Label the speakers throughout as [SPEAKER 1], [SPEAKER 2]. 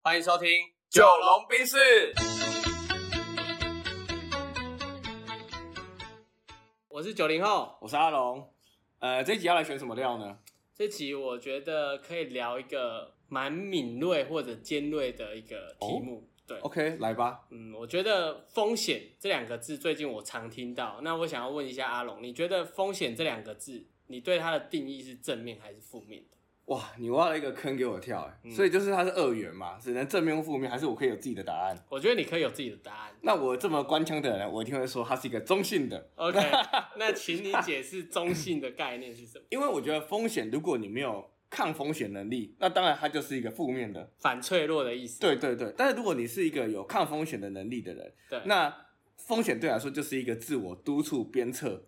[SPEAKER 1] 欢迎收听《
[SPEAKER 2] 九龙冰室。
[SPEAKER 1] 我是九零后。
[SPEAKER 2] 我是阿龙。呃，这一集要来选什么料呢？
[SPEAKER 1] 这期我觉得可以聊一个蛮敏锐或者尖锐的一个题目。对，
[SPEAKER 2] OK，来吧。
[SPEAKER 1] 嗯，我觉得风险这两个字最近我常听到。那我想要问一下阿龙，你觉得风险这两个字，你对它的定义是正面还是负面的？
[SPEAKER 2] 哇，你挖了一个坑给我跳、欸，
[SPEAKER 1] 嗯
[SPEAKER 2] 所以就是它是二元嘛，只能正面或负面，还是我可以有自己的答案？
[SPEAKER 1] 我觉得你可以有自己的答案。
[SPEAKER 2] 那我这么官腔的人，我一定会说它是一个中性的，
[SPEAKER 1] OK，那请你解释中性的概念是什么？
[SPEAKER 2] 因为我觉得风险，如果你没有抗风险能力，那当然它就是一个负面的。
[SPEAKER 1] 反脆弱的意思。
[SPEAKER 2] 对对对，但是如果你是一个有抗风险的能力的人，
[SPEAKER 1] 对，
[SPEAKER 2] 那风险对来说就是一个自我督促鞭策，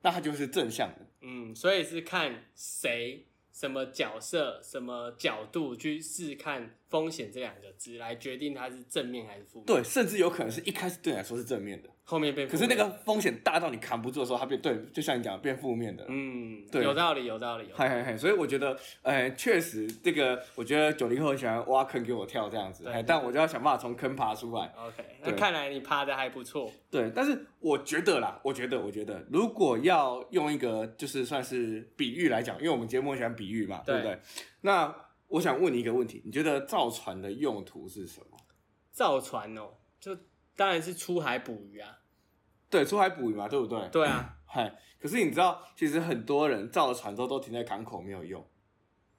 [SPEAKER 2] 那它就是正向的。
[SPEAKER 1] 嗯，所以是看谁、什么角色、什么角度去试看风险这两个字，来决定它是正面还是负面。，
[SPEAKER 2] 对，甚至有可能是一开始对你来说是正面的，
[SPEAKER 1] 后面被
[SPEAKER 2] 可是那个风险大到你扛不住的时候，它变对，就像你讲的变负面的。
[SPEAKER 1] 嗯，
[SPEAKER 2] 对
[SPEAKER 1] 有道理，有道理。有道
[SPEAKER 2] 嗨
[SPEAKER 1] 理
[SPEAKER 2] 嗨嗨！所以我觉得，呃，确实这个，我觉得九零后很喜欢挖坑给我跳这样子，
[SPEAKER 1] 对
[SPEAKER 2] 哎，但我就要想办法从坑爬出来。
[SPEAKER 1] OK，那
[SPEAKER 2] 对
[SPEAKER 1] 看来你爬的还不错。
[SPEAKER 2] 对，但是我觉得啦，我觉得，我觉得，如果要用一个就是算是比喻来讲，因为我们节目很喜欢比喻嘛，对不
[SPEAKER 1] 对
[SPEAKER 2] 对？那我想问你一个问题，你觉得造船的用途是什么？
[SPEAKER 1] 造船哦，就当然是出海捕鱼啊。
[SPEAKER 2] 对，出海捕鱼嘛，对不对？
[SPEAKER 1] 对啊，
[SPEAKER 2] 嗨，可是你知道，其实很多人造了船之后都停在港口没有用，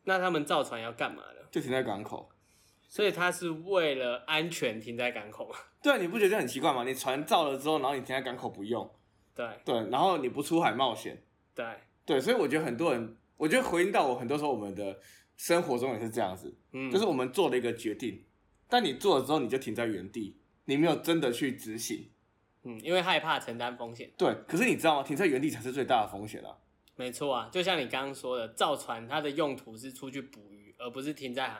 [SPEAKER 1] 那他们造船要干嘛呢？
[SPEAKER 2] 就停在港口。
[SPEAKER 1] 所以他是为了安全停在港口嘛。
[SPEAKER 2] 对啊，你不觉得这很奇怪吗？你船造了之后，然后你停在港口不用，
[SPEAKER 1] 对
[SPEAKER 2] 对，然后你不出海冒险，
[SPEAKER 1] 对，
[SPEAKER 2] 对，所以我觉得很多人，我觉得回应到我很多时候我们的生活中也是这样子，
[SPEAKER 1] 嗯，
[SPEAKER 2] 就是我们做了一个决定，但你做了之后你就停在原地，你没有真的去执行。
[SPEAKER 1] 嗯，因为害怕承担风险。
[SPEAKER 2] 对，可是你知道吗？停在原地才是最大的风险啊。
[SPEAKER 1] 没错啊，就像你刚刚说的，造船它的用途是出去捕鱼，而不是停在港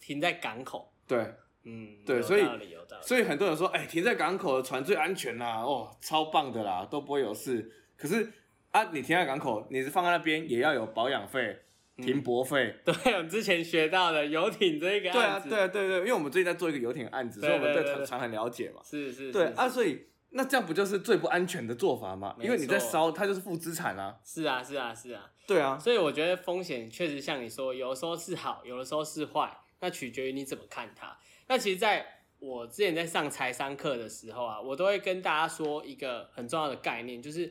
[SPEAKER 1] 停在港口。
[SPEAKER 2] 对，
[SPEAKER 1] 嗯，
[SPEAKER 2] 对
[SPEAKER 1] 有
[SPEAKER 2] 所以
[SPEAKER 1] 道理有道理。
[SPEAKER 2] 所以很多人说，哎、停在港口的船最安全啦，哦，超棒的啦，都不会有事。可是啊，你停在港口，你是放在那边也要有保养费、
[SPEAKER 1] 嗯
[SPEAKER 2] 停泊费。
[SPEAKER 1] 对，我们之前学到的游艇这个
[SPEAKER 2] 对啊，
[SPEAKER 1] 嗯案子，
[SPEAKER 2] 对啊，对对，因为我们最近在做一个游艇案子，所以我们对
[SPEAKER 1] 对对对
[SPEAKER 2] 船
[SPEAKER 1] 对
[SPEAKER 2] 船很了解嘛。
[SPEAKER 1] 是是，
[SPEAKER 2] 对
[SPEAKER 1] 是
[SPEAKER 2] 啊，，所以那这样不就是最不安全的做法吗？
[SPEAKER 1] 没错
[SPEAKER 2] 因为你在烧，它就是负资产啊。
[SPEAKER 1] 是啊是啊是啊。
[SPEAKER 2] 对啊，
[SPEAKER 1] 所以我觉得风险确实像你说，有的时候是好，有的时候是坏，那取决于你怎么看它。那其实，在我之前在上财商课的时候啊，我都会跟大家说一个很重要的概念，就是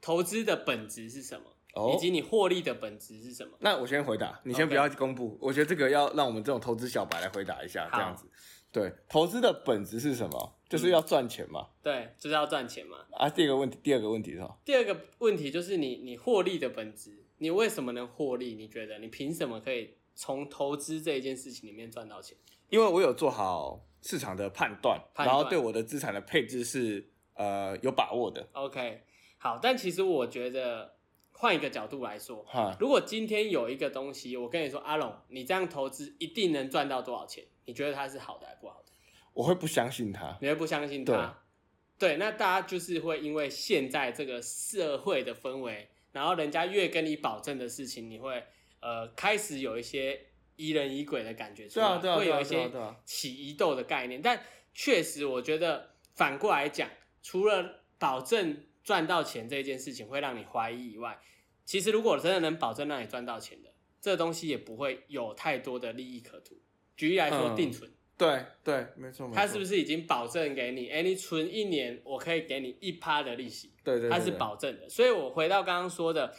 [SPEAKER 1] 投资的本质是什么，
[SPEAKER 2] 哦
[SPEAKER 1] 以及你获利的本质是什么。
[SPEAKER 2] 那我先回答，你先
[SPEAKER 1] OK
[SPEAKER 2] 不要公布我觉得这个要让我们这种投资小白来回答一下，
[SPEAKER 1] 好嗯
[SPEAKER 2] 这样子。对，投资的本质是什么？就是要赚钱嘛。
[SPEAKER 1] 对，就是要赚钱嘛。
[SPEAKER 2] 啊，第二个问题，第二个问题是什么？
[SPEAKER 1] 第二个问题就是你你获利的本质，你为什么能获利？你觉得你凭什么可以从投资这一件事情里面赚到钱？
[SPEAKER 2] 因为我有做好市场的判断，
[SPEAKER 1] 判断
[SPEAKER 2] 然后对我的资产的配置是呃有把握的。
[SPEAKER 1] OK，好，但其实我觉得换一个角度来说，
[SPEAKER 2] 哈，
[SPEAKER 1] 如果今天有一个东西，我跟你说，阿龙，你这样投资一定能赚到多少钱？你觉得它是好的还是不好的？
[SPEAKER 2] 我会不相信它。
[SPEAKER 1] 你会不相信它？对，那大家就是会因为现在这个社会的氛围，然后人家越跟你保证的事情，你会呃开始有一些疑人疑鬼的感觉出来，会有一些
[SPEAKER 2] 啊，
[SPEAKER 1] 起疑窦的概念。但确实，我觉得反过来讲，除了保证赚到钱这件事情会让你怀疑以外，其实如果真的能保证让你赚到钱的，这东西也不会有太多的利益可图。举例来说，
[SPEAKER 2] 嗯
[SPEAKER 1] 定存。
[SPEAKER 2] 对对，没错没错。
[SPEAKER 1] 他是不是已经保证给你？哎，你存一年，我可以给你一趴的利息，
[SPEAKER 2] 对对对
[SPEAKER 1] 它是保证的。所以我回到刚刚说的，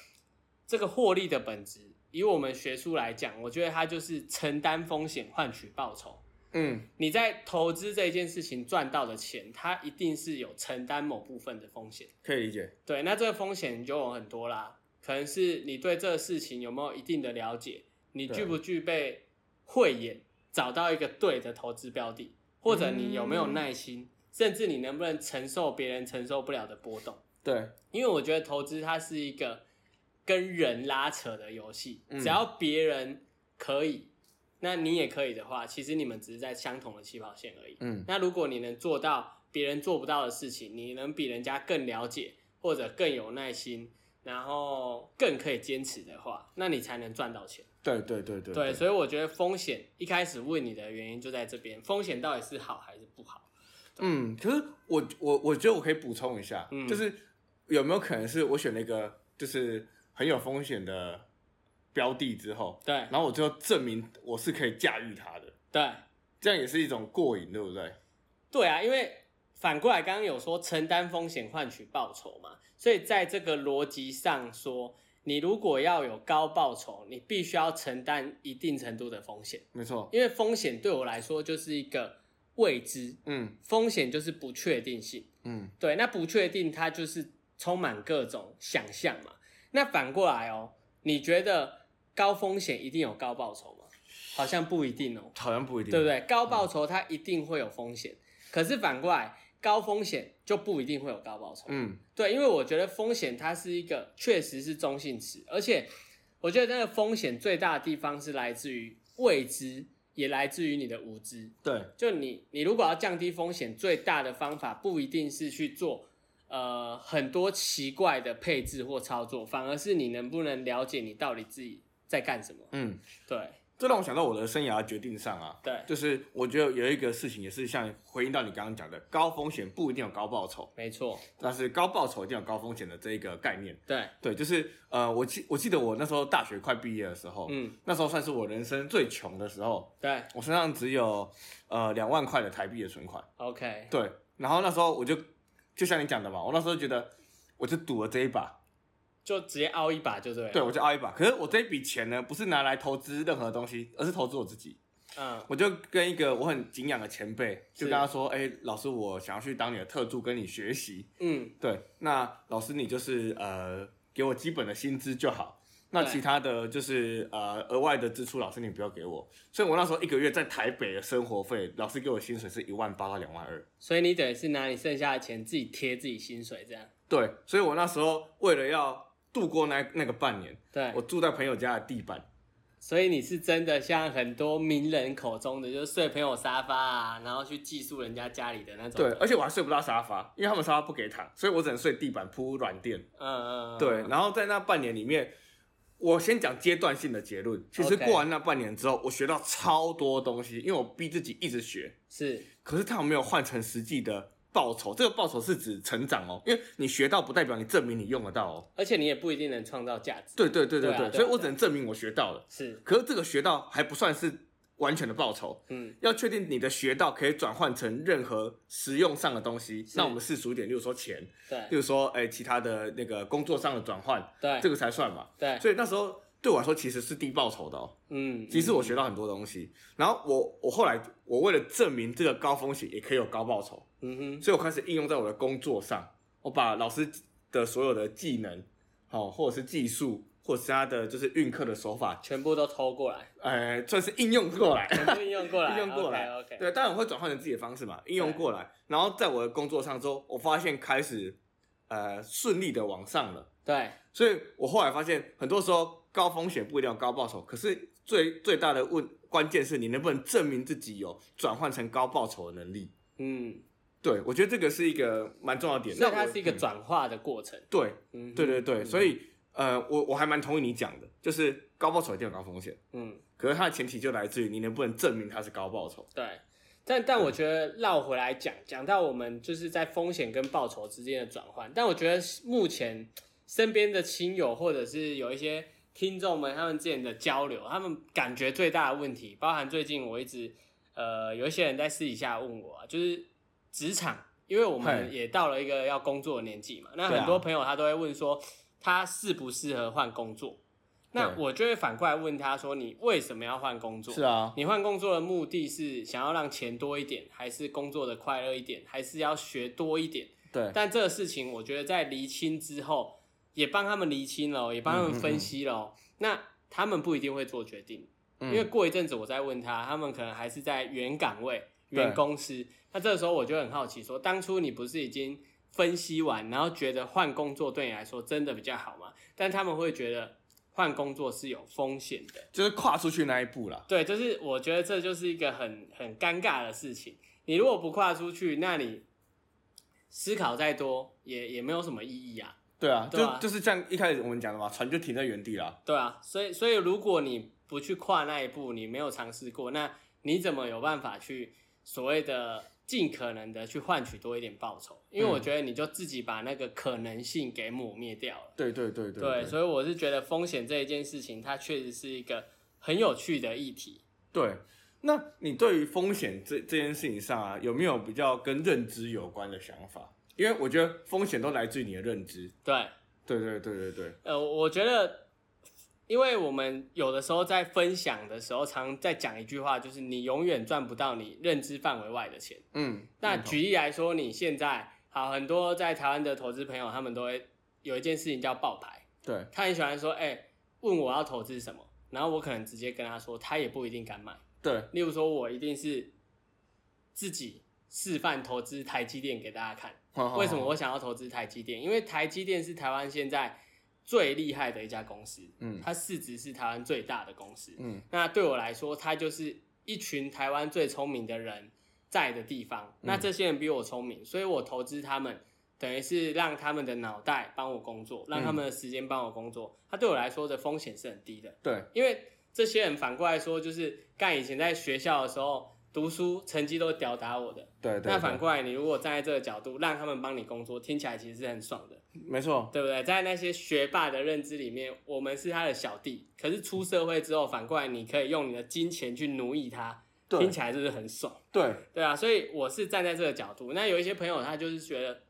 [SPEAKER 1] 这个获利的本质，以我们学术来讲，我觉得它就是承担风险换取报酬。
[SPEAKER 2] 嗯
[SPEAKER 1] 你在投资这件事情赚到的钱，它一定是有承担某部分的风险。
[SPEAKER 2] 可以理解。
[SPEAKER 1] 对，那这个风险就有很多啦，可能是你对这个事情有没有一定的了解，你具不具备慧眼，找到一个对的投资标的，或者你有没
[SPEAKER 2] 嗯
[SPEAKER 1] 有耐心，甚至你能不能承受别人承受不了的波动。
[SPEAKER 2] 对
[SPEAKER 1] 因为我觉得投资它是一个跟人拉扯的游戏，
[SPEAKER 2] 嗯
[SPEAKER 1] 只要别人可以，那你也可以的话，其实你们只是在相同的起跑线而已。
[SPEAKER 2] 嗯
[SPEAKER 1] 那如果你能做到别人做不到的事情，你能比人家更了解或者更有耐心，然后更可以坚持的话，那你才能赚到钱。
[SPEAKER 2] 对对对对
[SPEAKER 1] 对，所以我觉得风险一开始问你的原因就在这边，风险到底是好还是不好？
[SPEAKER 2] 嗯，可是我我我觉得我可以补充一下，
[SPEAKER 1] 嗯
[SPEAKER 2] 就是有没有可能是我选了一个就是很有风险的标的之后，
[SPEAKER 1] 对
[SPEAKER 2] 然后我最后证明我是可以驾驭它的，
[SPEAKER 1] 对
[SPEAKER 2] 这样也是一种过瘾，对不对？
[SPEAKER 1] 对啊，因为反过来刚刚有说承担风险换取报酬嘛，所以在这个逻辑上说，你如果要有高报酬，你必须要承担一定程度的风险，
[SPEAKER 2] 没错，
[SPEAKER 1] 因为风险对我来说就是一个未知，
[SPEAKER 2] 嗯
[SPEAKER 1] 风险就是不确定性。
[SPEAKER 2] 嗯，
[SPEAKER 1] 对，那不确定它就是充满各种想象嘛。那反过来哦，你觉得高风险一定有高报酬吗？好像不一定哦，
[SPEAKER 2] 好像不一定，
[SPEAKER 1] 对不对？高报酬它一定会有风险，可是反过来，高风险就不一定会有高报酬。
[SPEAKER 2] 嗯，
[SPEAKER 1] 对，因为我觉得风险它是一个确实是中性词，而且我觉得那个风险最大的地方是来自于未知，也来自于你的无知。
[SPEAKER 2] 对，
[SPEAKER 1] 就你，你如果要降低风险，最大的方法不一定是去做呃很多奇怪的配置或操作，反而是你能不能了解你到底自己在干什么。
[SPEAKER 2] 嗯，
[SPEAKER 1] 对
[SPEAKER 2] 这让我想到我的生涯决定上啊，
[SPEAKER 1] 对，
[SPEAKER 2] 就是我觉得有一个事情也是像回应到你刚刚讲的，高风险不一定有高报酬，
[SPEAKER 1] 没错，
[SPEAKER 2] 但是高报酬一定有高风险的这一个概念。
[SPEAKER 1] 对，
[SPEAKER 2] 对，就是呃，我记我记得我那时候大学快毕业的时候，
[SPEAKER 1] 嗯，
[SPEAKER 2] 那时候算是我人生最穷的时候，
[SPEAKER 1] 对
[SPEAKER 2] 我身上只有呃两万块的台币的存款。
[SPEAKER 1] ，OK，
[SPEAKER 2] 对，然后那时候我就就像你讲的嘛，我那时候觉得我就赌了这一把，
[SPEAKER 1] 就直接凹一把就对了。
[SPEAKER 2] 对，我就凹一把。可是我这一笔钱呢，不是拿来投资任何东西，而是投资我自己。
[SPEAKER 1] 嗯，
[SPEAKER 2] 我就跟一个我很敬仰的前辈，就是跟他说：“哎、老师，我想要去当你的特助，跟你学习。
[SPEAKER 1] 嗯，
[SPEAKER 2] 对，那老师你就是呃给我基本的薪资就好，那
[SPEAKER 1] 对
[SPEAKER 2] 其他的就是呃额外的支出，老师你不要给我。所以我那时候一个月在台北的生活费，老师给我薪水是一万八到两万二。
[SPEAKER 1] 所以你等于是拿你剩下的钱自己贴自己薪水这样。
[SPEAKER 2] 对，所以我那时候为了要度过那那个半年，
[SPEAKER 1] 对
[SPEAKER 2] 我，住在朋友家的地板。
[SPEAKER 1] 所以你是真的像很多名人口中的，就是睡朋友沙发啊，然后去寄宿人家家里的那种。
[SPEAKER 2] 对，，而且我还睡不到沙发，因为他们沙发不给躺，所以我只能睡地板铺软垫。
[SPEAKER 1] 嗯嗯，嗯
[SPEAKER 2] 对，，然后在那半年里面。我先讲阶段性的结论。其实
[SPEAKER 1] OK
[SPEAKER 2] 过完那半年之后，我学到超多东西，因为我逼自己一直学。
[SPEAKER 1] 是，
[SPEAKER 2] 可是它有没有换成实际的报酬？这个报酬是指成长哦，因为你学到不代表你证明你用得到哦。
[SPEAKER 1] 而且你也不一定能创造价值。
[SPEAKER 2] 对对对对对，
[SPEAKER 1] 对啊对啊
[SPEAKER 2] 所以我只能证明我学到了。
[SPEAKER 1] 是，
[SPEAKER 2] 可是这个学到还不算是完全的报酬，
[SPEAKER 1] 嗯，
[SPEAKER 2] 要确定你的学到可以转换成任何实用上的东西。那我们世俗一点，例如说钱，例
[SPEAKER 1] 对，
[SPEAKER 2] 如说哎、其他的那个工作上的转换，
[SPEAKER 1] 对，
[SPEAKER 2] 这个才算嘛。
[SPEAKER 1] 对，
[SPEAKER 2] 所以那时候对我来说其实是低报酬的哦。
[SPEAKER 1] 嗯，
[SPEAKER 2] 其实我学到很多东西，然后我我后来我为了证明这个高风险也可以有高报酬，
[SPEAKER 1] 嗯哼，
[SPEAKER 2] 所以我开始应用在我的工作上，我把老师的所有的技能，好、或者是技术，或者是他的就是运课的手法，
[SPEAKER 1] 全部都偷过来，
[SPEAKER 2] 呃，算是应用过来，
[SPEAKER 1] 全部应用过来，
[SPEAKER 2] 应用过来
[SPEAKER 1] OK，
[SPEAKER 2] 对，当然我会转换成自己的方式嘛，应用过来，然后在我的工作上之后，我发现开始呃顺利的往上了，
[SPEAKER 1] 对，
[SPEAKER 2] 所以我后来发现，很多时候高风险不一定要高报酬，可是最最大的问关键是你能不能证明自己有转换成高报酬的能力。
[SPEAKER 1] 嗯，
[SPEAKER 2] 对，我觉得这个是一个蛮重要的点。
[SPEAKER 1] 所以
[SPEAKER 2] 那
[SPEAKER 1] 它
[SPEAKER 2] 我
[SPEAKER 1] 是一个
[SPEAKER 2] 嗯
[SPEAKER 1] 转化的过程，
[SPEAKER 2] 对，
[SPEAKER 1] 嗯哼，
[SPEAKER 2] 对对对，
[SPEAKER 1] 嗯
[SPEAKER 2] 所，以呃，我我还蛮同意你讲的，就是高报酬一定有高风险，
[SPEAKER 1] 嗯，
[SPEAKER 2] 可是它的前提就来自于你能不能证明它是高报酬。
[SPEAKER 1] 对。但但我觉得绕回来讲，讲到我们就是在风险跟报酬之间的转换，但我觉得目前身边的亲友或者是有一些听众们他们之间的交流，他们感觉最大的问题，包含最近我一直呃有一些人在私底下问我、啊，就是职场，因为我们
[SPEAKER 2] 嘿
[SPEAKER 1] 也到了一个要工作的年纪嘛，那
[SPEAKER 2] 对啊
[SPEAKER 1] 很多朋友他都会问说他适不适合换工作，那
[SPEAKER 2] 对
[SPEAKER 1] 我就会反过来问他说你为什么要换工作？
[SPEAKER 2] 啊，
[SPEAKER 1] 你换工作的目的是想要让钱多一点，还是工作的快乐一点，还是要学多一点？
[SPEAKER 2] 对
[SPEAKER 1] 但这个事情，我觉得在厘清之后，也帮他们厘清了哦，
[SPEAKER 2] 嗯
[SPEAKER 1] 也帮他们分析了哦。那他们不一定会做决定，
[SPEAKER 2] 嗯
[SPEAKER 1] 因为过一阵子我再问他，他们可能还是在原岗位、原公司。那这个时候我就很好奇说当初你不是已经分析完，然后觉得换工作对你来说真的比较好吗？但他们会觉得换工作是有风险的。
[SPEAKER 2] 就是跨出去那一步啦。
[SPEAKER 1] 对，就是我觉得这就是一个很很尴尬的事情。你如果不跨出去，那你思考再多也也没有什么意义啊。
[SPEAKER 2] 对啊，
[SPEAKER 1] 对啊
[SPEAKER 2] 就就是像一开始我们讲的嘛，船就停在原地啦。
[SPEAKER 1] 对啊，所以所以如果你不去跨那一步，你没有尝试过，那你怎么有办法去所谓的尽可能的去换取多一点报酬？因为我
[SPEAKER 2] 嗯
[SPEAKER 1] 觉得你就自己把那个可能性给抹灭掉了。
[SPEAKER 2] 对对对对
[SPEAKER 1] 对，
[SPEAKER 2] 对
[SPEAKER 1] 所以我是觉得风险这一件事情，它确实是一个很有趣的议题。
[SPEAKER 2] 对那你对于风险这这件事情上啊，有没有比较跟认知有关的想法？因为我觉得风险都来自于你的认知。
[SPEAKER 1] 对，
[SPEAKER 2] 对对对对对，
[SPEAKER 1] 呃，我觉得，因为我们有的时候在分享的时候，常在讲一句话，就是你永远赚不到你认知范围外的钱。
[SPEAKER 2] 嗯，
[SPEAKER 1] 那
[SPEAKER 2] 认同
[SPEAKER 1] 举例来说，你现在好很多在台湾的投资朋友，他们都会有一件事情叫爆牌，
[SPEAKER 2] 对
[SPEAKER 1] 他很喜欢说，哎、问我要投资什么，然后我可能直接跟他说，他也不一定敢买。
[SPEAKER 2] 对
[SPEAKER 1] 例如说，我一定是自己示范投资台积电给大家看。
[SPEAKER 2] 好，好
[SPEAKER 1] 为什么？我想要投资台积电？因为台积电是台湾现在最厉害的一家公司，
[SPEAKER 2] 嗯
[SPEAKER 1] 它市值是台湾最大的公司。
[SPEAKER 2] 嗯
[SPEAKER 1] 那对我来说，它就是一群台湾最聪明的人在的地方。那这些人比我聪明，所以我投资他们，等于是让他们的脑袋帮我工作，让他们的时间帮我工作。它对我来说的风险是很低的，
[SPEAKER 2] 对
[SPEAKER 1] 因为这些人反过来说，就是干以前在学校的时候读书成绩都吊打我的，
[SPEAKER 2] 对对，
[SPEAKER 1] 那反
[SPEAKER 2] 对
[SPEAKER 1] 过来，你如果站在这个角度，让他们帮你工作，听起来其实是很爽的，
[SPEAKER 2] 没错，
[SPEAKER 1] 对不对？在那些学霸的认知里面，我们是他的小弟，可是出社会之后，反过来你可以用你的金钱去奴役他，听
[SPEAKER 2] 对
[SPEAKER 1] 起来就是很爽，
[SPEAKER 2] 对
[SPEAKER 1] 对啊。所以我是站在这个角度。那有一些朋友他就是觉得，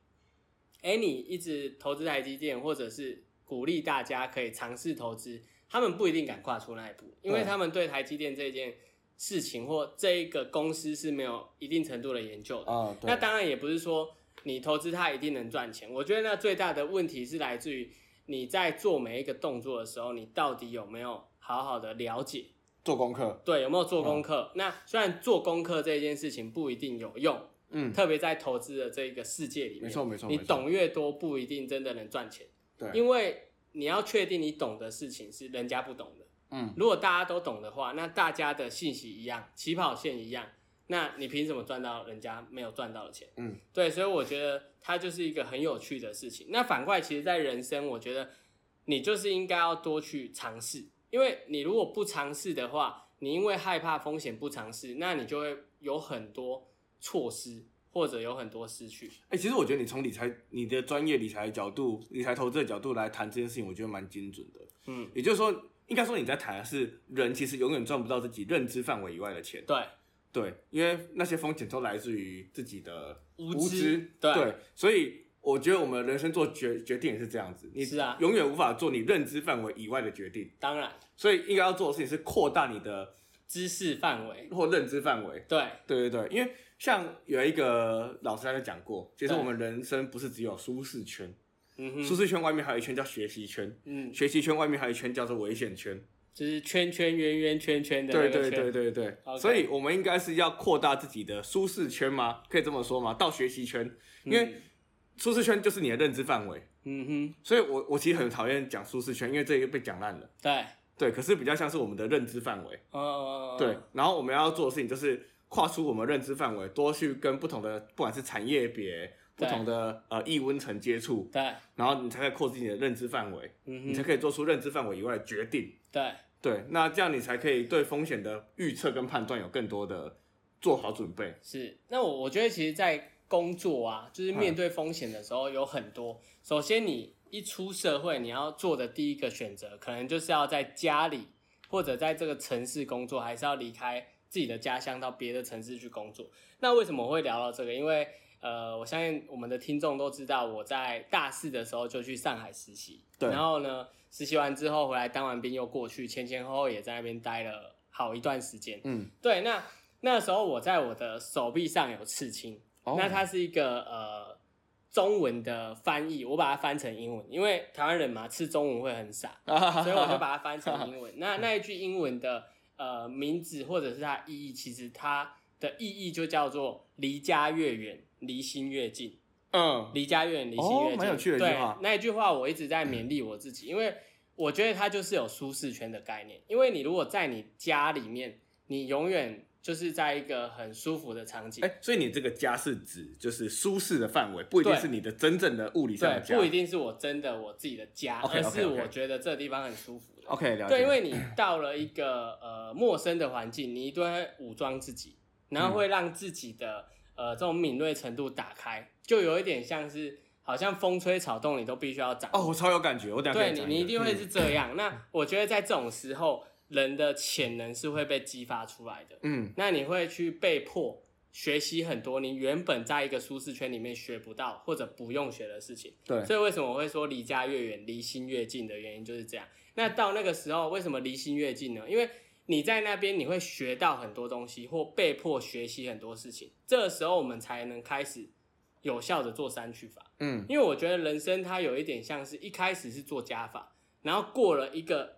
[SPEAKER 1] 哎，你一直投资台积电，或者是鼓励大家可以尝试投资，他们不一定敢跨出那一步，因为
[SPEAKER 2] 对
[SPEAKER 1] 他们对台积电这件事情或这一个公司是没有一定程度的研究的。
[SPEAKER 2] 啊，对
[SPEAKER 1] 那当然也不是说你投资它一定能赚钱，我觉得那最大的问题是来自于你在做每一个动作的时候，你到底有没有好好的了解，
[SPEAKER 2] 做功课，
[SPEAKER 1] 对，有没有做功课？那虽然做功课这件事情不一定有用，
[SPEAKER 2] 嗯，
[SPEAKER 1] 特别在投资的这个世界里面，
[SPEAKER 2] 没错没错，
[SPEAKER 1] 你
[SPEAKER 2] 没错
[SPEAKER 1] 懂越多不一定真的能赚钱，
[SPEAKER 2] 对，
[SPEAKER 1] 因为你要确定你懂的事情是人家不懂的。
[SPEAKER 2] 嗯
[SPEAKER 1] 如果大家都懂的话，那大家的信息一样，起跑线一样，那你凭什么赚到人家没有赚到的钱？
[SPEAKER 2] 嗯，
[SPEAKER 1] 对，所以我觉得它就是一个很有趣的事情。那反过来，其实，在人生，我觉得你就是应该要多去尝试，因为你如果不尝试的话，你因为害怕风险不尝试，那你就会有很多错失，或者有很多失去。
[SPEAKER 2] 哎，其实我觉得你从理财你的专业理财角度、理财投资的角度来谈这件事情，我觉得蛮精准的。
[SPEAKER 1] 嗯，
[SPEAKER 2] 也就是说，应该说你在谈的是人其实永远赚不到自己认知范围以外的钱，
[SPEAKER 1] 嗯对，
[SPEAKER 2] 对，因为那些风险都来自于自己的
[SPEAKER 1] 无
[SPEAKER 2] 知，
[SPEAKER 1] 知对
[SPEAKER 2] 对所以我觉得我们人生做决决定也是这样子，你
[SPEAKER 1] 是啊
[SPEAKER 2] 永远无法做你认知范围以外的决定，
[SPEAKER 1] 当然
[SPEAKER 2] 所以应该要做的事情是扩大你的
[SPEAKER 1] 知识范围，
[SPEAKER 2] 或认知范围。
[SPEAKER 1] 对，
[SPEAKER 2] 对对对，因为像有一个老师他就讲过，其实
[SPEAKER 1] 对
[SPEAKER 2] 我们人生不是只有舒适圈，
[SPEAKER 1] 嗯
[SPEAKER 2] 舒
[SPEAKER 1] 哼，
[SPEAKER 2] 适圈外面还有一圈叫学习圈，
[SPEAKER 1] 嗯，
[SPEAKER 2] 学习圈外面还有一圈叫做危险圈。
[SPEAKER 1] 就是圈圈圆圆圈圈的那
[SPEAKER 2] 对
[SPEAKER 1] 个圈，
[SPEAKER 2] 对对对对
[SPEAKER 1] OK
[SPEAKER 2] 所以我们应该是要扩大自己的舒适圈吗？可以这么说吗？到学习圈，因为舒适圈就是你的认知范围。
[SPEAKER 1] 嗯哼，
[SPEAKER 2] 所以我我其实很讨厌讲舒适圈，因为这个被讲烂了。
[SPEAKER 1] 对，
[SPEAKER 2] 对，可是比较像是我们的认知范围。
[SPEAKER 1] 呃，
[SPEAKER 2] 对，然后我们要做的事情就是跨出我们认知范围，多去跟不同的不管是产业别、不
[SPEAKER 1] 对
[SPEAKER 2] 同的呃异温层接触，
[SPEAKER 1] 对，
[SPEAKER 2] 然后你才可以扩自己的认知范围，你
[SPEAKER 1] 嗯
[SPEAKER 2] 才
[SPEAKER 1] 哼，
[SPEAKER 2] 可以做出认知范围以外的决定。
[SPEAKER 1] 对。
[SPEAKER 2] 对，那这样你才可以对风险的预测跟判断有更多的做好准备。
[SPEAKER 1] 是，那我我觉得其实，在工作啊，就是面
[SPEAKER 2] 嗯
[SPEAKER 1] 对风险的时候有很多。首先，你一出社会，你要做的第一个选择，可能就是要在家里或者在这个城市工作，还是要离开自己的家乡到别的城市去工作。那为什么我会聊到这个？因为呃，我相信我们的听众都知道，我在大四的时候就去上海实习，
[SPEAKER 2] 对
[SPEAKER 1] 然后呢，实习完之后回来当完兵又过去，前前后后也在那边待了好一段时间。
[SPEAKER 2] 嗯，
[SPEAKER 1] 对，那那时候我在我的手臂上有刺青，
[SPEAKER 2] 哦
[SPEAKER 1] 那它是一个呃中文的翻译，我把它翻成英文，因为台湾人嘛吃中文会很傻，
[SPEAKER 2] 他
[SPEAKER 1] 所以我就把它翻成英文。那那一句英文的呃名字或者是它意义，其实它的意义就叫做离家越远，离心越近。
[SPEAKER 2] 嗯，
[SPEAKER 1] 离家越远，离心越
[SPEAKER 2] 哦
[SPEAKER 1] 近。
[SPEAKER 2] 蛮有趣的一句
[SPEAKER 1] 对
[SPEAKER 2] 话，
[SPEAKER 1] 那一句话我一直在勉励我自己，因为我觉得它就是有舒适圈的概念。因为你如果在你家里面，你永远就是在一个很舒服的场景，
[SPEAKER 2] 哎、所以你这个家是指就是舒适的范围，不一定
[SPEAKER 1] 对
[SPEAKER 2] 是你的真正的物理上的
[SPEAKER 1] 对，
[SPEAKER 2] 家。
[SPEAKER 1] 不一定是我真的我自己的家
[SPEAKER 2] OK，OK，OK
[SPEAKER 1] 而是我觉得这地方很舒服的。
[SPEAKER 2] OK，了解。
[SPEAKER 1] 对，因为你到了一个呃陌生的环境，你一定会武装自己，然后会让自己的呃这种敏锐程度打开，就有一点像是好像风吹草动，你都必须要掌握。
[SPEAKER 2] 哦，我超有感觉，我等一下
[SPEAKER 1] 对
[SPEAKER 2] 跟
[SPEAKER 1] 你，
[SPEAKER 2] 讲
[SPEAKER 1] 你一
[SPEAKER 2] 个
[SPEAKER 1] 定会
[SPEAKER 2] 嗯
[SPEAKER 1] 是这样。那我觉得在这种时候，人的潜能是会被激发出来的。
[SPEAKER 2] 嗯
[SPEAKER 1] 那你会去被迫学习很多你原本在一个舒适圈里面学不到或者不用学的事情。
[SPEAKER 2] 对，
[SPEAKER 1] 所以为什么我会说离家越远，离心越近的原因就是这样。那到那个时候，为什么离心越近呢？因为你在那边你会学到很多东西，或被迫学习很多事情。这个时候我们才能开始有效的做三去法。
[SPEAKER 2] 嗯
[SPEAKER 1] 因为我觉得人生它有一点像是一开始是做加法，然后过了一个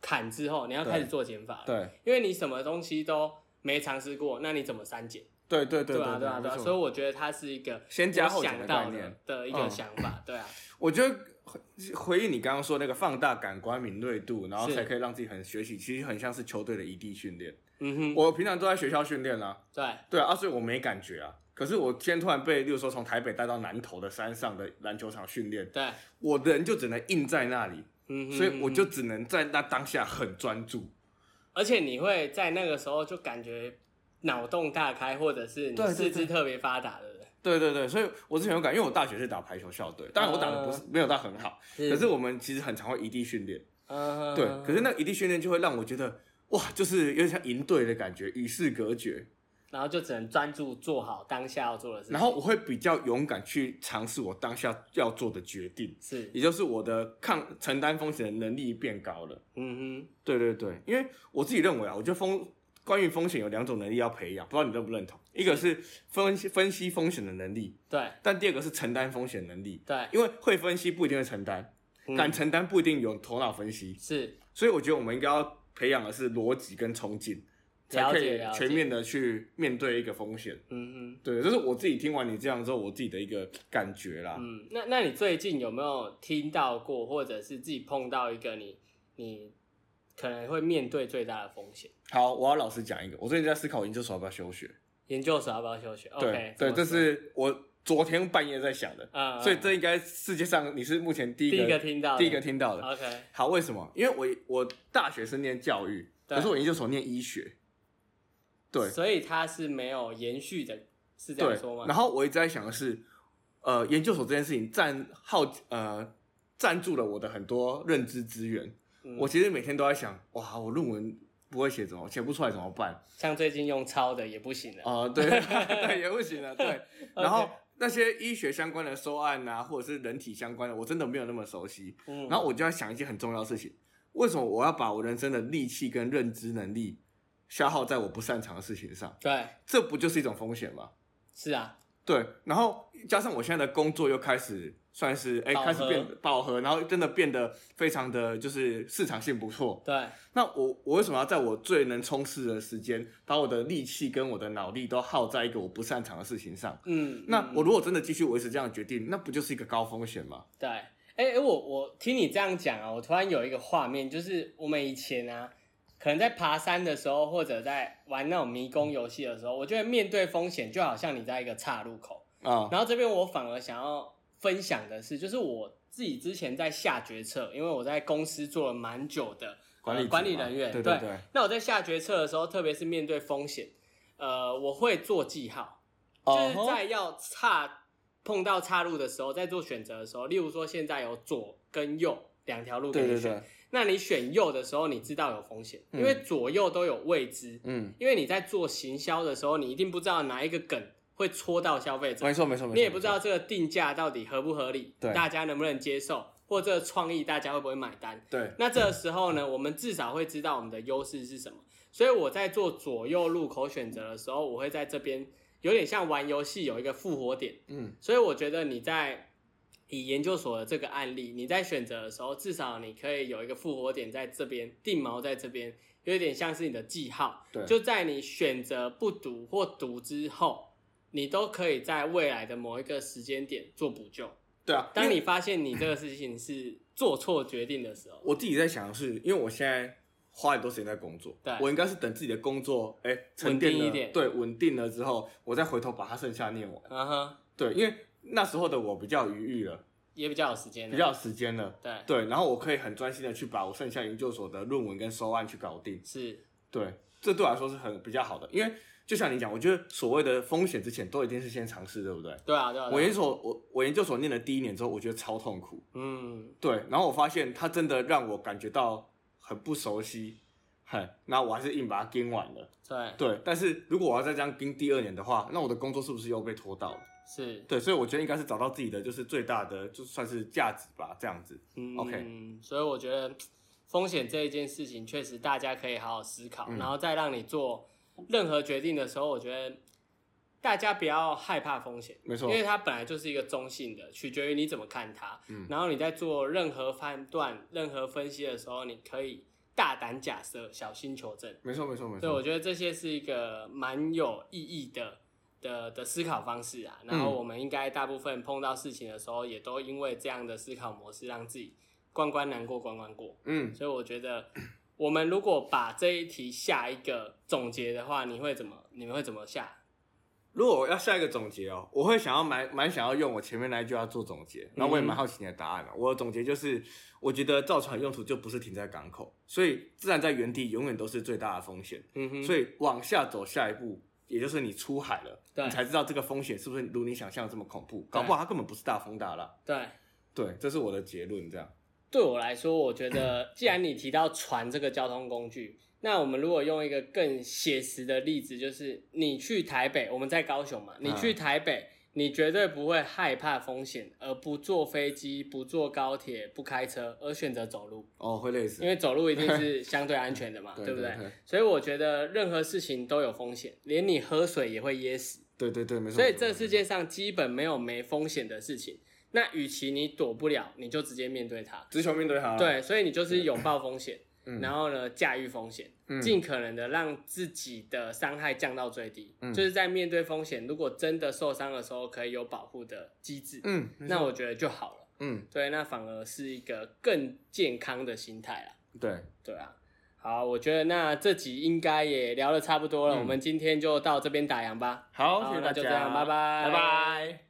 [SPEAKER 1] 坎之后，你要开始做减法了。
[SPEAKER 2] 对
[SPEAKER 1] 因为你什么东西都没尝试过，那你怎么删减？
[SPEAKER 2] 对对对
[SPEAKER 1] 啊，对啊，对啊。
[SPEAKER 2] 没错
[SPEAKER 1] 所以我觉得它是一个
[SPEAKER 2] 先加后
[SPEAKER 1] 我
[SPEAKER 2] 减的
[SPEAKER 1] 想到
[SPEAKER 2] 概
[SPEAKER 1] 的
[SPEAKER 2] 念
[SPEAKER 1] 的一个
[SPEAKER 2] 嗯
[SPEAKER 1] 想法，对啊，
[SPEAKER 2] 我觉得回回应你刚刚说那个放大感官敏锐度，然后
[SPEAKER 1] 是
[SPEAKER 2] 才可以让自己很学习，其实很像是球队的异地训练。
[SPEAKER 1] 嗯哼，
[SPEAKER 2] 我平常都在学校训练啦、
[SPEAKER 1] 对，
[SPEAKER 2] 对啊，啊所以我没感觉啊。可是我今天突然被，例如说从台北带到南投的山上的篮球场训练，
[SPEAKER 1] 对，
[SPEAKER 2] 我人就只能硬在那里，
[SPEAKER 1] 嗯哼，
[SPEAKER 2] 所以我就
[SPEAKER 1] 嗯哼，
[SPEAKER 2] 只能在那当下很专注。
[SPEAKER 1] 而且你会在那个时候就感觉脑洞大开，或者
[SPEAKER 2] 对
[SPEAKER 1] 是你
[SPEAKER 2] 对
[SPEAKER 1] 四
[SPEAKER 2] 对
[SPEAKER 1] 肢特别发达的人，
[SPEAKER 2] 对对对，所以我之前有感，因为我大学是打排球校队，当然我打的不是、没有到很好，可嗯是我们其实很常会异地训练。
[SPEAKER 1] 嗯，
[SPEAKER 2] 对，可是那个一地训练就会让我觉得，哇，就是有点像营队的感觉，与世隔绝。
[SPEAKER 1] 然后就只能专注做好当下要做的事情，
[SPEAKER 2] 然后我会比较勇敢去尝试我当下要做的决定，
[SPEAKER 1] 是，
[SPEAKER 2] 也就是我的抗承担风险的能力变高了。
[SPEAKER 1] 嗯
[SPEAKER 2] 对对对，因为我自己认为啊，我觉得风关于风险有两种能力要培养，不知道你认不认同？一个是分析分析风险的能力，
[SPEAKER 1] 哼，对
[SPEAKER 2] 但第二个是承担风险能力，
[SPEAKER 1] 对，
[SPEAKER 2] 因为会分析不一定会承担，
[SPEAKER 1] 嗯
[SPEAKER 2] 敢承担不一定有头脑分析。
[SPEAKER 1] 是
[SPEAKER 2] 所以我觉得我们应该要培养的是逻辑跟冲劲，才
[SPEAKER 1] 了
[SPEAKER 2] 可
[SPEAKER 1] 解
[SPEAKER 2] 以
[SPEAKER 1] 了解
[SPEAKER 2] 全面的去面对一个风险。
[SPEAKER 1] 嗯
[SPEAKER 2] 对，这是我自己听完你这样之后，我自己的一个感觉啦。
[SPEAKER 1] 哼，嗯，那那你最近有没有听到过，或者是自己碰到一个你你可能会面对最大的风险？
[SPEAKER 2] 好，我要老实讲一个，我最近在思考研究所要不要休学。
[SPEAKER 1] 研究所要不要休学？OK，
[SPEAKER 2] 对对，
[SPEAKER 1] 怎么
[SPEAKER 2] 这
[SPEAKER 1] 说
[SPEAKER 2] 是我昨天半夜在想的，
[SPEAKER 1] 嗯，
[SPEAKER 2] 所以
[SPEAKER 1] 嗯
[SPEAKER 2] 这应该世界上你是目前第
[SPEAKER 1] 第
[SPEAKER 2] 一
[SPEAKER 1] 一
[SPEAKER 2] 个
[SPEAKER 1] 个听到的，
[SPEAKER 2] 第一个听到的。
[SPEAKER 1] OK，
[SPEAKER 2] 好，为什么？因为我我大学是念教育，
[SPEAKER 1] 对
[SPEAKER 2] 可是我研究所念医学。对，
[SPEAKER 1] 所以它是没有延续的，是这
[SPEAKER 2] 对
[SPEAKER 1] 样说，吗？
[SPEAKER 2] 然后我一直在想的是，呃，研究所这件事情占耗呃占住了我的很多认知资源。
[SPEAKER 1] 嗯
[SPEAKER 2] 我其实每天都在想，哇，我论文不会写怎么，写不出来怎么 办？
[SPEAKER 1] 像最近用抄的也不行了，
[SPEAKER 2] 啊、对 对，也不行啊， 对。然后那些医学相关的收案啊，或者是人体相关的，我真的没有那么熟悉。
[SPEAKER 1] 嗯，
[SPEAKER 2] 然后我就在想一件很重要的事情：为什么我要把我人生的力气跟认知能力消耗在我不擅长的事情上？
[SPEAKER 1] 嗯对，
[SPEAKER 2] 这不就是一种风险吗？
[SPEAKER 1] 是啊，
[SPEAKER 2] 对，然后加上我现在的工作又开始算是哎、
[SPEAKER 1] 饱和
[SPEAKER 2] 开始变饱和，然后真的变得非常的就是市场性不错。
[SPEAKER 1] 对，
[SPEAKER 2] 那我我为什么要在我最能充实的时间，把我的力气跟我的脑力都耗在一个我不擅长的事情上？
[SPEAKER 1] 嗯，
[SPEAKER 2] 那
[SPEAKER 1] 嗯
[SPEAKER 2] 我如果真的继续维持这样的决定，那不就是一个高风险吗？
[SPEAKER 1] 对，哎、哎我我听你这样讲啊，我突然有一个画面，就是我们以前啊，可能在爬山的时候，或者在玩那种迷宫游戏的时候，我觉得面对风险就好像你在一个岔路口。
[SPEAKER 2] 啊、
[SPEAKER 1] 然后这边我反而想要分享的是，就是我自己之前在下决策，因为我在公司做了蛮久的
[SPEAKER 2] 管理
[SPEAKER 1] 呃管理
[SPEAKER 2] 者嘛
[SPEAKER 1] 人员，
[SPEAKER 2] 对对对，
[SPEAKER 1] 那我在下决策的时候，特别是面对风险，呃，我会做记号。
[SPEAKER 2] 哦
[SPEAKER 1] 就是在要岔碰到岔路的时候，在做选择的时候，例如说现在有左跟右两条路给
[SPEAKER 2] 对
[SPEAKER 1] 你选，
[SPEAKER 2] 对对，
[SPEAKER 1] 那你选右的时候，你知道有风险，
[SPEAKER 2] 嗯
[SPEAKER 1] 因为左右都有未知，
[SPEAKER 2] 嗯，
[SPEAKER 1] 因为你在做行销的时候，你一定不知道哪一个梗会戳到消费者
[SPEAKER 2] 没，错没错没错，
[SPEAKER 1] 你也不知道
[SPEAKER 2] 没
[SPEAKER 1] 这个定价到底合不合理，
[SPEAKER 2] 对
[SPEAKER 1] 大家能不能接受，或这个创意大家会不会买单。
[SPEAKER 2] 错对，
[SPEAKER 1] 那这个时候呢，我们至少会知道我们的优势是什么。所以我在做左右入口选择的时候，我会在这边有点像玩游戏有一个复活点。
[SPEAKER 2] 嗯
[SPEAKER 1] 所以我觉得你在以研究所的这个案例，你在选择的时候，至少你可以有一个复活点在这边，定锚在这边，有点像是你的记号。
[SPEAKER 2] 对，
[SPEAKER 1] 就在你选择不读或读之后，你都可以在未来的某一个时间点做补救。
[SPEAKER 2] 对啊，因
[SPEAKER 1] 当
[SPEAKER 2] 为
[SPEAKER 1] 你发现你这个事情是做错决定的时候，
[SPEAKER 2] 我自己在想的是，因为我现在花很多时间在工作，
[SPEAKER 1] 对
[SPEAKER 2] 我应该是等自己的工作哎沉淀
[SPEAKER 1] 稳
[SPEAKER 2] 了，
[SPEAKER 1] 定一点
[SPEAKER 2] 对，稳定了之后，我再回头把它剩下念完。
[SPEAKER 1] 嗯哼，
[SPEAKER 2] 对，因为那时候的我比较有余裕了，
[SPEAKER 1] 也比较有时间的，
[SPEAKER 2] 比较有时间了，
[SPEAKER 1] 对，
[SPEAKER 2] 对，然后我可以很专心的去把我剩下研究所的论文跟收案去搞定。
[SPEAKER 1] 是，
[SPEAKER 2] 对，这对我来说是很比较好的，因为就像你讲，我觉得所谓的风险之前都一定是先尝试，对不对？
[SPEAKER 1] 对啊，对啊，
[SPEAKER 2] 我
[SPEAKER 1] 对啊
[SPEAKER 2] 研究所我我研究所念了第一年之后，我觉得超痛苦。
[SPEAKER 1] 嗯，
[SPEAKER 2] 对，然后我发现它真的让我感觉到很不熟悉，嘿，那我还是硬把它盯完了。
[SPEAKER 1] 对，
[SPEAKER 2] 对，但是如果我要再这样盯第二年的话，那我的工作是不是又被拖到了？
[SPEAKER 1] 是，
[SPEAKER 2] 对，所以我觉得应该是找到自己的就是最大的就算是价值吧，这样子。
[SPEAKER 1] 嗯
[SPEAKER 2] OK
[SPEAKER 1] 所以我觉得风险这一件事情，确实大家可以好好思考，
[SPEAKER 2] 嗯
[SPEAKER 1] 然后再让你做任何决定的时候，我觉得大家不要害怕风险，
[SPEAKER 2] 没
[SPEAKER 1] 因
[SPEAKER 2] 错，
[SPEAKER 1] 为它本来就是一个中性的，取决于你怎么看它。
[SPEAKER 2] 嗯
[SPEAKER 1] 然后你在做任何判断、任何分析的时候，你可以大胆假设，小心求证。
[SPEAKER 2] 没错，没错，没
[SPEAKER 1] 对，我
[SPEAKER 2] 错。
[SPEAKER 1] 觉得这些是一个蛮有意义的的的思考方式啊。然后
[SPEAKER 2] 嗯
[SPEAKER 1] 我们应该大部分碰到事情的时候，也都因为这样的思考模式，让自己关关难过关关过。
[SPEAKER 2] 嗯，
[SPEAKER 1] 所以我觉得，我们如果把这一题下一个总结的话，你会怎么？你们会怎么下？
[SPEAKER 2] 如果我要下一个总结哦，我会想要蛮蛮想要用我前面那一句话做总结，然后我也蛮好奇你的答案了、我的总结就是，我觉得造船用途就不是停在港口，所以自然在原地永远都是最大的风险。
[SPEAKER 1] 嗯哼，
[SPEAKER 2] 所以往下走下一步，也就是你出海了，
[SPEAKER 1] 对
[SPEAKER 2] 你才知道这个风险是不是如你想象的这么恐怖，搞不好它根本不是大风大浪。
[SPEAKER 1] 对。
[SPEAKER 2] 对，这是我的结论。这样，
[SPEAKER 1] 对我来说，我觉得既然你提到船这个交通工具，那我们如果用一个更写实的例子，就是你去台北，我们在高雄嘛，你
[SPEAKER 2] 嗯
[SPEAKER 1] 去台北，你绝对不会害怕风险，而不坐飞机、不坐高铁、不开车，而选择走路，
[SPEAKER 2] 哦，会累死
[SPEAKER 1] 因，为走路一 定是相对安全的嘛，
[SPEAKER 2] 对
[SPEAKER 1] 不对？
[SPEAKER 2] 对？
[SPEAKER 1] 所以我觉得任何事情都有风险，连你喝水也会噎死。
[SPEAKER 2] 对对对，没错。
[SPEAKER 1] 所
[SPEAKER 2] 没
[SPEAKER 1] 以
[SPEAKER 2] 错
[SPEAKER 1] 这世，界上基本没有没风险的事情。那与其你躲不了，你就直接面对它。
[SPEAKER 2] 直球面啊对它。，
[SPEAKER 1] 对，所以你就是拥抱风险，
[SPEAKER 2] 嗯
[SPEAKER 1] 然后呢，驾驭风险，
[SPEAKER 2] 嗯
[SPEAKER 1] 尽可能的让自己的伤害降到最低。
[SPEAKER 2] 嗯
[SPEAKER 1] 就是在面对风险，如果真的受伤的时候，可以有保护的机制，
[SPEAKER 2] 嗯，
[SPEAKER 1] 那我觉得就好了。
[SPEAKER 2] 嗯，
[SPEAKER 1] 对，那反而是一个更健康的心态啦。
[SPEAKER 2] 对，
[SPEAKER 1] 对啊，好，我觉得那这集应该也聊得差不多了，
[SPEAKER 2] 嗯
[SPEAKER 1] 我们今天就到这边打烊吧。
[SPEAKER 2] 好，谢
[SPEAKER 1] 好，
[SPEAKER 2] 谢
[SPEAKER 1] 那
[SPEAKER 2] 大
[SPEAKER 1] 就
[SPEAKER 2] 家，
[SPEAKER 1] 这样，拜拜，
[SPEAKER 2] 拜拜。